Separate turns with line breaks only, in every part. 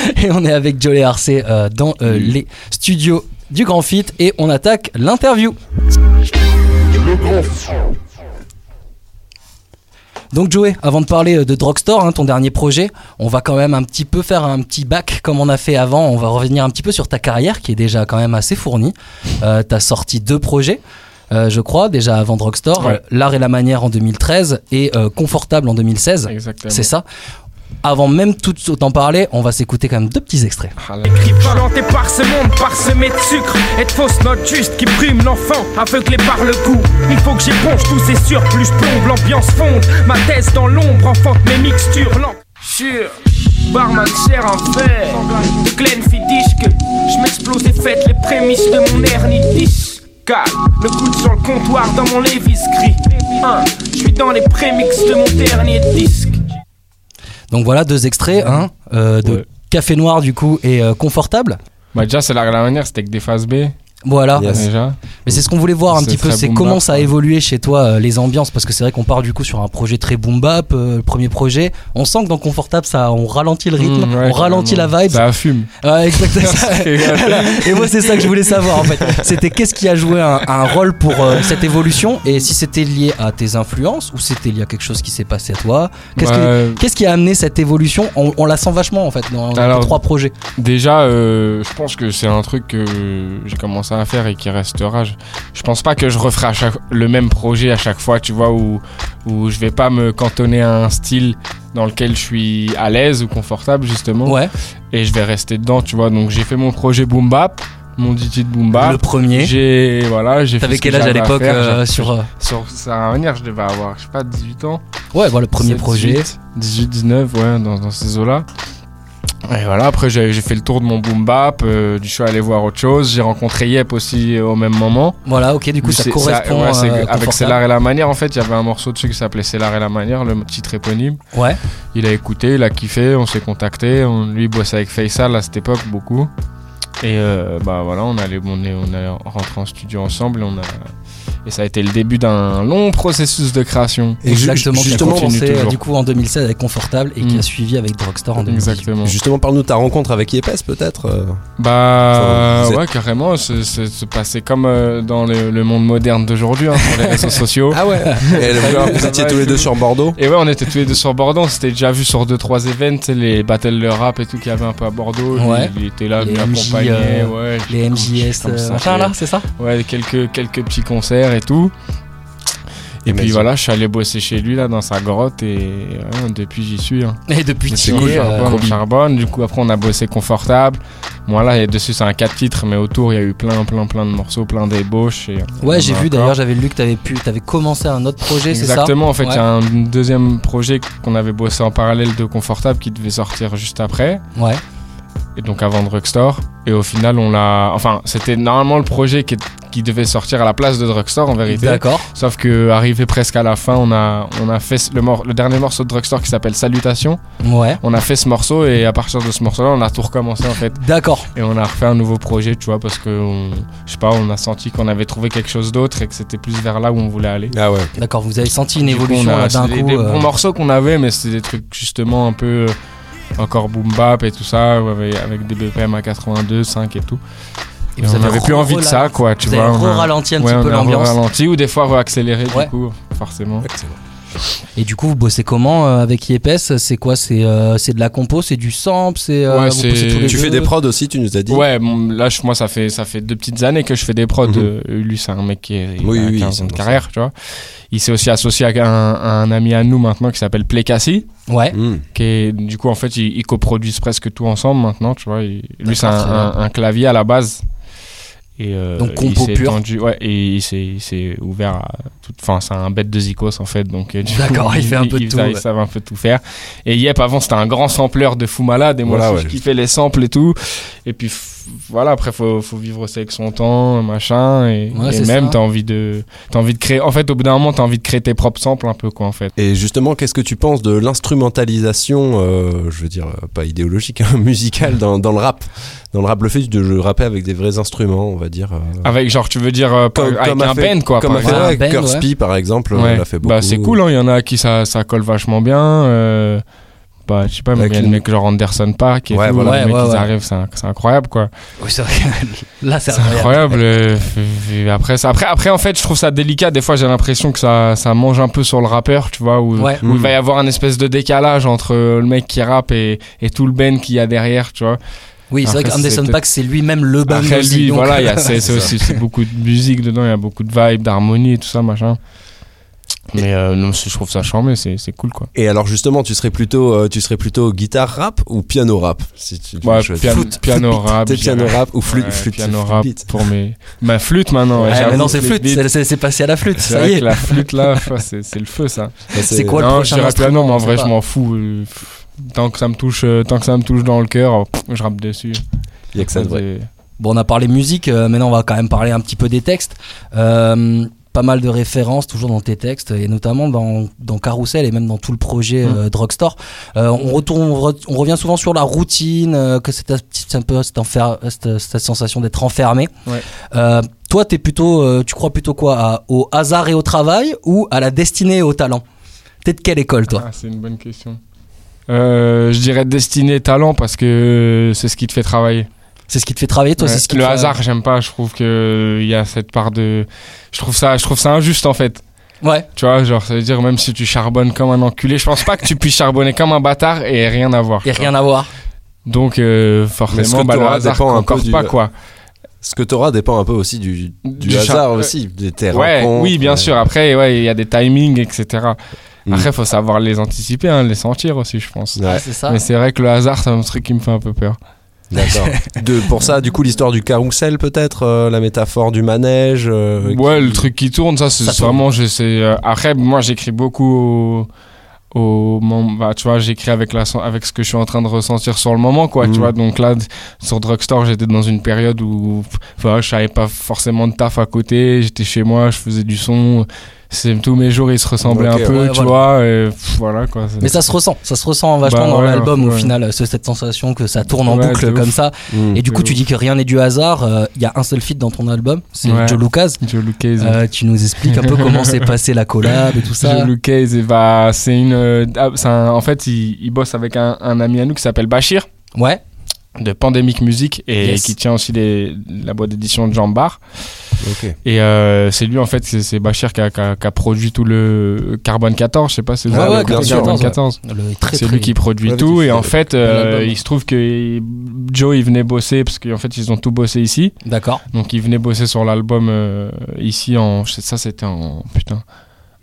Et on est avec Jolie Arcé euh, dans euh, les studios du Grand Fit et on attaque l'interview. Donc Joey, avant de parler de Drugstore, hein, ton dernier projet, on va quand même un petit peu faire un petit bac comme on a fait avant. On va revenir un petit peu sur ta carrière qui est déjà quand même assez fournie. Euh, T'as sorti deux projets. euh, je crois déjà avant Drugstore,
Ouais.
euh, L'art et la manière en 2013 et euh, Confortable en 2016.
Exactement.
C'est ça. Avant même tout autant parler, on va s'écouter quand même deux petits extraits.
Ah là.
Planté par ce monde, parsemé de sucre et de fausses notes justes qui brument l'enfant, aveuglé par le goût. Il faut que j'éponge tous ces surplus, je plombe, l'ambiance fonde. Ma thèse dans l'ombre enfante mes mixtures, l'enchur. Barman cher en fer, de Glenfiddich que je m'explose et fête les prémices de mon hernie disque. Le coude sur le comptoir dans mon Levis gris. Hein, Je suis dans les prémixes de mon dernier disque.
Donc voilà deux extraits hein, euh, de
Ouais.
Café Noir du coup et euh, Confortable.
Bah, déjà, c'est la, la manière, c'était que des phases B,
Voilà.
Yes.
déjà.
Mais c'est ce qu'on voulait voir un
C'est
petit peu,
très
c'est
boom
comment
bap,
ça a
ouais.
évolué chez toi euh, les ambiances parce que c'est vrai qu'on part du coup sur un projet très boom bap, euh, le premier projet. On sent que dans Confortable ça, on ralentit le rythme,
Mmh, ouais,
on ralentit la
carrément.
vibe.
Ça fume.
Ouais, exactement. Et moi, c'est ça que je voulais savoir en fait. C'était qu'est-ce qui a joué un, un rôle pour euh, cette évolution et si c'était lié à tes influences ou c'était lié à quelque chose qui s'est passé à toi. Qu'est-ce que-
Bah,
qu'est-ce qui a amené cette évolution on, on la sent vachement en fait dans, dans
Alors-
les trois projets.
Déjà, euh, je pense que c'est un truc que j'ai commencé à faire et qui restera. Je, je pense pas que je referai à chaque- le même projet à chaque fois, tu vois, où, où je vais pas me cantonner à un style dans lequel je suis à l'aise ou confortable, justement.
Ouais.
Et je vais rester dedans, tu vois. Donc, j'ai fait mon projet Boom Bap, mon DJ de Boom
le
Bap.
premier.
J'ai, voilà, j'ai fait
T'avais
ce que
quel âge à
j'avais
l'époque
faire.
euh,
J'ai-
sur euh,
Sur sa manière, je devais avoir, je sais pas, 18 ans.
Ouais, voilà le premier
17,
projet.
18, 19, ouais, dans, dans ces eaux-là. Et voilà, après j'ai j'ai fait le tour de mon boom bap, euh, du je suis allé voir autre chose, j'ai rencontré Yep aussi euh, au même moment.
Voilà, OK, du coup ça
C'est-
correspond
ouais, c'est
euh,
que- avec
Confortable.
C'est l'art et la manière, en fait, il y avait un morceau dessus qui s'appelait C'est l'art et la manière, le titre éponyme.
Ouais.
Il a écouté, il a kiffé, on s'est contacté, on, lui il bossait avec Faisal à cette époque beaucoup. Et euh, bah voilà, on allait on est, on est rentré en studio ensemble et on a et ça a été le début d'un long processus de création.
Et ju-
Exactement, qui a
justement,
continue
commencé euh,
toujours.
du coup en 2016 avec Confortable et qui
Mm.
a suivi avec Drugstore en 2018.
Exactement.
Justement, parle-nous de ta rencontre avec Yepes, peut-être. euh.
Bah
Enfin, vous
ouais, carrément, c'est- c'est c'est passé comme euh, dans le, le monde moderne d'aujourd'hui, hein, sur les réseaux sociaux.
Ah ouais. Et le-
Ouais,
vous
ça
étiez
va
tous
et
les
tout.
deux sur Bordeaux.
Et ouais, on était tous les deux sur Bordeaux, on s'était déjà vu sur 2-3 events, tu sais, les battles de rap et tout qu'il y avait un peu à Bordeaux. Lui,
Ouais.
il était là,
Les
il
MJ,
m'accompagnait.
euh,
ouais,
Les
comme-
MJS
comme
euh,
ça,
machin
et-
là, c'est ça
Ouais, quelques, quelques petits concerts et tout. Et puis
Amazing.
voilà, je suis allé bosser chez lui là dans sa grotte et ouais, depuis j'y suis. hein.
Et depuis
C'est
tu
cool,
y es, euh,
charbonne, charbonne. Du coup, après, on a bossé confortable. Moi, là, et dessus, c'est un 4 titres, mais autour, il y a eu plein, plein, plein de morceaux, plein d'ébauches. et euh, on en
Ouais, j'ai
a
vu
encore.
d'ailleurs, j'avais lu que t'avais pu t'avais commencé un autre projet, c'est ça
Exactement, en fait, il
Ouais.
y a un deuxième projet qu'on avait bossé en parallèle de Confortable qui devait sortir juste après,
Ouais.
et donc avant Drugstore. Et au final, on l'a. Enfin, c'était normalement le projet qui, qui devait sortir à la place de Drugstore en vérité.
D'accord.
Sauf que, arrivé presque à la fin, on a, on a fait le, mor- le dernier morceau de Drugstore qui s'appelle Salutation.
Ouais.
On a fait ce morceau, et à partir de ce morceau-là, on a tout recommencé en fait.
D'accord.
Et on a refait un nouveau projet, tu vois, parce que, on- je sais pas, on a senti qu'on avait trouvé quelque chose d'autre et que c'était plus vers là où on voulait aller.
Ah ouais.
D'accord, vous avez senti une
Du coup,
évolution
on a-
là, d'un
c'est des-
coup.
Des
euh,
bons morceaux qu'on avait, mais c'était des trucs justement un peu euh, encore boom bap et tout ça, ou avec, avec des BPM à 82, 5 et tout.
et
Et on avait plus envie de ça, quoi, tu
Vous
vois.
avez
on a-
ralenti un
ouais,
petit
on
peu
a
l'ambiance.
ralenti ou des fois réaccéléré,
Ouais.
du coup, forcément.
Excellent.
Et du coup, vous bossez comment euh, avec Yepes C'est quoi C'est euh, c'est de la compo, c'est du sample, c'est euh,
Ouais,
vous
c'est-
bossez tous les
Tu
deux
fais des prods aussi, tu nous as dit.
Ouais, bon, là, je- moi, ça fait, ça fait deux petites années que je fais des prods.
Mhm.
Euh, Lui, c'est un mec qui est, il
Oui,
a
oui,
15 ans de
c'est bon,
carrière, tu vois. Il s'est aussi associé à un, à un ami à nous maintenant qui s'appelle Plekassi,
Ouais.
Hmm.
qui est, du coup, en fait, ils, ils coproduisent presque tout ensemble maintenant, tu vois. Il- lui, c'est un,
D'accord, très bien.
un- un clavier à la base. Et euh,
Donc, compo
il s'est
pur.
étendu- ouais, et il s'est, il s'est ouvert à tout. Enfin, c'est un bête de Zikos, en fait. Donc, euh, du
D'accord,
coup,
il fait un peu de
ils-
tout, ouais.
Ils, savent un peu tout faire. Et Yep, avant, c'était un grand sampleur de fou malade. Et moi,
Voilà,
aussi, je
ouais.
kiffais les samples et tout. Et puis f- voilà, après faut, faut vivre aussi avec son temps, machin, et,
Ouais,
et
c'est ça.
même t'as envie de t'as envie de créer. En fait, au bout d'un moment, t'as envie de créer tes propres samples un peu quoi en fait.
Et justement, qu'est-ce que tu penses de l'instrumentalisation, euh, je veux dire, euh, pas idéologique, hein, musicale dans, dans le rap Dans le rap, le fait de le rapper avec des vrais instruments, on va dire. euh,
Avec genre tu veux dire euh, par-
comme-
avec
comme a
un
fait-
band quoi.
Comme
par
a
exemple.
fait
exemple. Un band,
Curse P, par exemple,
Ouais.
on l'a fait beaucoup.
Bah c'est cool, hein, il y en a à qui ça ça colle vachement bien. euh, Bah, je sais pas, mais
Avec
il y a le
une-
mec genre Anderson Park et
Ouais,
tout,
voilà.
les
Ouais,
mecs,
ouais,
ils
ouais.
arrivent, c'est inc- c'est incroyable quoi.
Oui, c'est vrai que là, c'est
C'est incroyable. euh, f- f- après, ça, après, après, en fait, je trouve ça délicat. Des fois, j'ai l'impression que ça, ça mange un peu sur le rappeur, tu vois, où,
Ouais.
où il
Mm.
va y avoir un espèce de décalage entre euh, le mec qui rappe et, et tout le band qu'il y a derrière, tu vois.
Oui, c'est vrai
Après,
qu'Anderson
c'est
Paak, c'est lui-même le band
Après,
aussi,
lui,
donc-
voilà, il y a- c'est c'est
C'est
aussi c'est beaucoup de musique dedans, il y a beaucoup de vibes, d'harmonie et tout ça, machin. Mais euh, non, je trouve ça charmé, c'est c'est cool quoi.
Et alors justement, tu serais plutôt, euh, tu serais plutôt guitare rap ou piano rap si tu
Ouais,
devais choisir.
piano-
Flûte,
piano
flûte beat.
rap,
T'es
je dirais.
piano rap ou flûte,
Ah, Ouais,
flûte,
piano
flûte
rap
beat.
pour mes. Ma flûte maintenant, ouais,
Ouais,
j'avoue,
mais non, c'est flûte,
beats.
c'est c'est- c'est passé à la flûte,
C'est
ça y
vrai
est.
que la flûte là, c'est c'est le feu ça.
Ouais,
C'est quoi le
non,
prochain
je dirais
instrument,
piano, mais
je
en
sais
vrai,
pas.
je m'en fous. euh, pff, Tant que ça me touche, euh, tant que ça me touche dans le cœur, oh, pff, je rappe dessus.
Y a que ça de vrai.
C'est-
Bon, on a parlé musique, euh, maintenant on va quand même parler un petit peu des textes. Euh, pas mal de références toujours dans tes textes et notamment dans, dans Carousel et même dans tout le projet
Mmh.
euh, Drugstore. Euh, on, retourne, on, re- on revient souvent sur la routine, euh, que c'est un petit- c'est un peu cette, enfer- cette- cette sensation d'être enfermé.
Ouais.
Euh, toi, es plutôt, euh, tu crois plutôt quoi à- Au hasard et au travail ou à la destinée et au talent T'es de quelle école toi
Ah, c'est une bonne question. Euh, je dirais destiné talent parce que euh, c'est ce qui te fait travailler.
C'est ce qui te fait travailler toi
Ouais.
c'est ce qui
le
te fait-
hasard, j'aime pas. Je trouve que il y a cette part de. Je trouve ça, je trouve ça injuste en fait.
Ouais,
Tu vois, genre ça veut dire même si tu charbonnes comme un enculé, je pense pas que tu puisses charbonner comme un bâtard et rien avoir.
et rien à voir.
Donc euh,
Mais ce
forcément,
que
bah, le
t'auras
hasard
dépend un peu
encore
du-
pas quoi.
Ce que t'auras dépend un peu aussi du, du,
Du
hasard
char-
aussi, des tes
Ouais,
rencontres,
oui, bien
euh,
sûr. Après, ouais, il y a des timings, etc.
Mm.
Après, faut savoir les anticiper, hein, les sentir aussi, je pense.
Ouais,
Ah, c'est ça.
Mais c'est vrai que le hasard, c'est un truc qui me fait un peu peur.
d'accord. De- pour ça, du coup, l'histoire du carrousel peut-être, euh, la métaphore du manège. euh,
ouais,
qui-
le truc qui tourne, ça, c'est
Ça tourne.
vraiment. je sais, euh, après, moi, j'écris beaucoup au. au moment- bah, tu vois, j'écris avec, la, sen- avec ce que je suis en train de ressentir sur le moment, quoi.
Mm.
Tu vois, donc là, d- sur Drugstore, j'étais dans une période où pff, voilà, je savais pas forcément de taf à côté. J'étais chez moi, je faisais du son. C'est- Tous mes jours, ils se ressemblaient
Ok,
un peu,
ouais,
tu
voilà.
vois. et, pff, voilà, quoi. c'est-
Mais ça se ressent, ça se ressent vachement
Bah
dans
ouais,
l'album au
ouais.
final, ce- cette sensation que ça tourne en
Ouais,
boucle
de
comme
ouf.
ça.
Mm.
Et du
de
coup, tu
ouf.
dis que rien n'est du hasard. euh, Il y a un seul feat dans ton album, c'est
Ouais.
Joe Lucas.
Joe Lucchese.
Euh, tu nous expliques un peu comment s'est passée la collab et tout ça.
Joe Lucchese, et bah, c'est une. euh, ah, c'est un- en fait, il, il bosse avec un, un ami à nous qui s'appelle Bachir
Ouais,
de Pandemic Music et
Yes.
qui tient aussi les- la boîte d'édition de Jean Bar.
Ok.
Et euh, c'est lui, en fait, c'est, c'est Bachir qui a, qui a- qui a produit tout le Carbone 14, je sais pas si vous
Ah Ouais,
avez
ouais,
écouté
Carbone 14,
14.
le très
C'est
très-
lui qui produit
Ouais,
tout
c'est-
et en fait euh,
l'album.
il se trouve que Joe il venait bosser parce qu'en fait ils ont tout bossé ici
D'accord.
donc il venait bosser sur l'album euh, ici en ça c'était en putain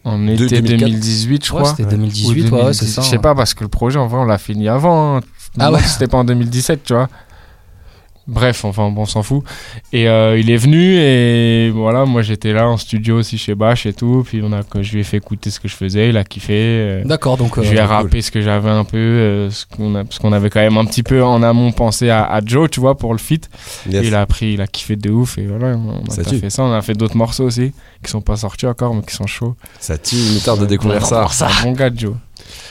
en
De-
été
2004.
2018 je
Ouais,
crois
c'était
Ouais.
2018,
Ou
ouais,
2018,
ouais, c'est ça. hein.
Je sais pas, parce que le projet, en vrai, on l'a fini avant. hein.
Ah
Non,
ouais.
C'était pas en 2017, tu vois. Bref, enfin, bon, on s'en fout. Et euh, il est venu, et voilà, moi j'étais là en studio aussi chez Bash et tout. Puis on a, que je lui ai fait écouter ce que je faisais, il a kiffé. euh,
D'accord, donc. euh,
je lui ai
cool.
rappé ce que j'avais un peu, euh, ce qu'on a- parce qu'on avait quand même un petit peu en amont pensé à, à Joe, tu vois, pour le feat.
Yes.
Et il a pris, il a kiffé de ouf, et voilà, on a
Ça
t'as
tue.
fait ça. On a fait d'autres morceaux aussi, qui sont pas sortis encore, mais qui sont chauds.
Ça tue, il nous tarde de découvrir ça.
Alors ça.
Un Bon gars, Joe.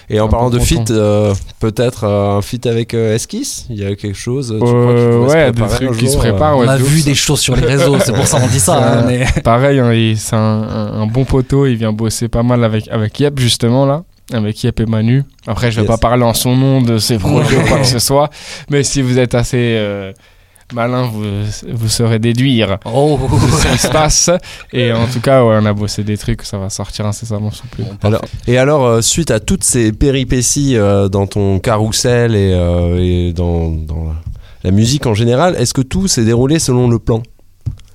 Et en
Un
parlant
bon
de
tonton.
feat, euh, peut-être euh, un feat avec euh, Esquisse Il y a quelque chose euh, tu crois qu'il
Euh,
pourrait se
ouais, des
préparer un
trucs qui
jour,
se
euh,
préparent.
On
ouais,
a
de
vu
ouf.
des choses sur les réseaux, c'est pour ça qu'on dit ça. hein, mais-
Pareil, hein, il- c'est un, un- un bon poteau. Il vient bosser pas mal avec, avec Yep, justement, là. Avec Yep et Manu. Après, je vais
Yes.
pas parler en son nom de ses projets ou quoi
Ouais.
que ce soit. Mais si vous êtes assez euh, malin, vous, vous saurez déduire
Oh,
ce qui se passe. Et en tout cas, ouais, on a bossé des trucs. Ça va sortir incessamment sous peu.
Alors, et alors, euh, suite à toutes ces péripéties euh, dans ton carrousel et, euh, et dans, dans la, la musique en général, est-ce que tout s'est déroulé selon le plan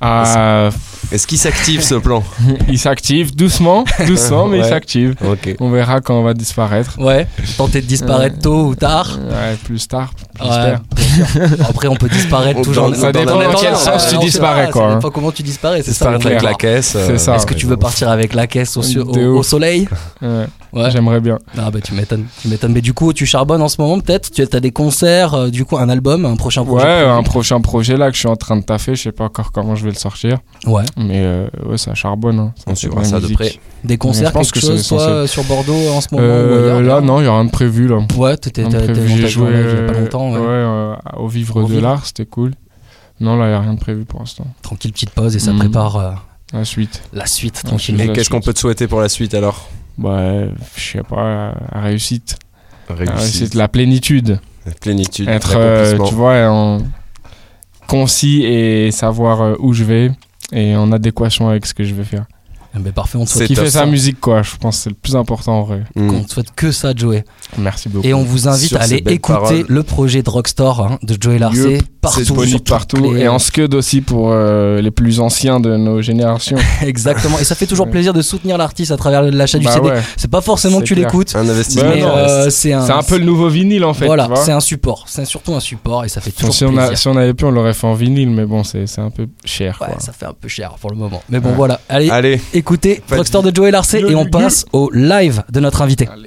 Ah,
Est-ce qu'il s'active ce plan
il s'active doucement, doucement, mais il
Ouais.
s'active.
Ok.
On verra quand on va disparaître.
oh. ouais, tenter de disparaître tôt ou tard.
Ouais, plus tard,
Ouais,
j'espère.
bien sûr. Après, on peut disparaître
On-
toujours.
dans- Ça dépend
en
dans quel
attendant,
sens
euh,
tu
on sait
disparais,
pas,
quoi,
Ça
hein.
dépend comment tu disparais, c'est ça.
Disparaître
on
avec
verra.
la euh, caisse.
C'est ça.
Est-ce que tu veux partir avec la caisse au, sur- au-
De ouf.
au soleil
Ouais,
Ouais.
J'aimerais bien.
Ah bah tu m'étonnes, tu m'étonnes. Mais du coup, tu charbonnes en ce moment peut-être Tu as des concerts, euh, du coup un album, un prochain
Ouais,
projet
un prochain projet là que je suis en train de taffer, je sais pas encore comment je vais le sortir,
Ouais.
mais euh, ouais, ça charbonne. hein.
On
fait
suivra
la
ça de
musique.
près.
Des concerts,
Je pense
quelque
que c'est
chose, toi,
essentiel.
euh, sur Bordeaux en ce moment ou
Euh,
ailleurs,
là,
d'ailleurs
non, il y a rien de prévu là.
Ouais, t'étais
Rien
t'étais
de prévu,
monté
j'ai
à
joué
Journal il y a pas
euh,
longtemps. ouais.
ouais, euh, au Vivre
Au
de
Vivre.
l'Art, c'était cool. Non, là, il y a rien de prévu pour l'instant.
Tranquille, petite pause et ça
Mhm.
prépare euh,
La suite,
la suite,
Ouais,
tranquille.
je
Et
la
qu'est-ce qu'on
suite.
peut te souhaiter pour la suite alors
bah, euh, je sais pas, la réussite. Ah ouais, c'est
Réussite,
de la plénitude.
la plénitude,
Être, euh,
l'accomplissement.
tu vois, en concis et savoir euh, où je vais et en adéquation avec ce que je veux faire.
Mais Eh ben, parfait, on te
C'est
souhaite,
Qui fait
top, ça.
sa musique, quoi. Je pense que c'est le plus important en vrai.
Mm.
qu'on te souhaite que ça, Joey.
Merci beaucoup.
Et on vous invite
Sur
à aller
ces belles
écouter
paroles.
le projet de Rockstore hein, de Joey Larcé
Yup,
partout.
c'est
sur
disponible
toutes
partout
les-
et en scud aussi pour euh, les plus anciens de nos générations.
Exactement. Et ça fait toujours
Ouais.
plaisir de soutenir l'artiste à travers l'achat du
Bah
CD.
ouais.
C'est pas forcément que tu
C'est clair.
l'écoutes,
Un
Bah
investissement.
mais
non,
euh, c'est un,
C'est un peu le nouveau vinyle en fait.
voilà,
tu vois.
c'est un support. C'est surtout un support et ça fait toujours
si, on
plaisir.
a- si on avait pu, on l'aurait fait en vinyle, mais bon, c'est c'est un peu cher.
Ouais,
quoi.
ça fait un peu cher pour le moment. Mais bon,
Ouais.
voilà. Allez,
Allez.
écoutez
Faites
Rockstar de Joey Larcé et on passe au live de notre invité.
Allez.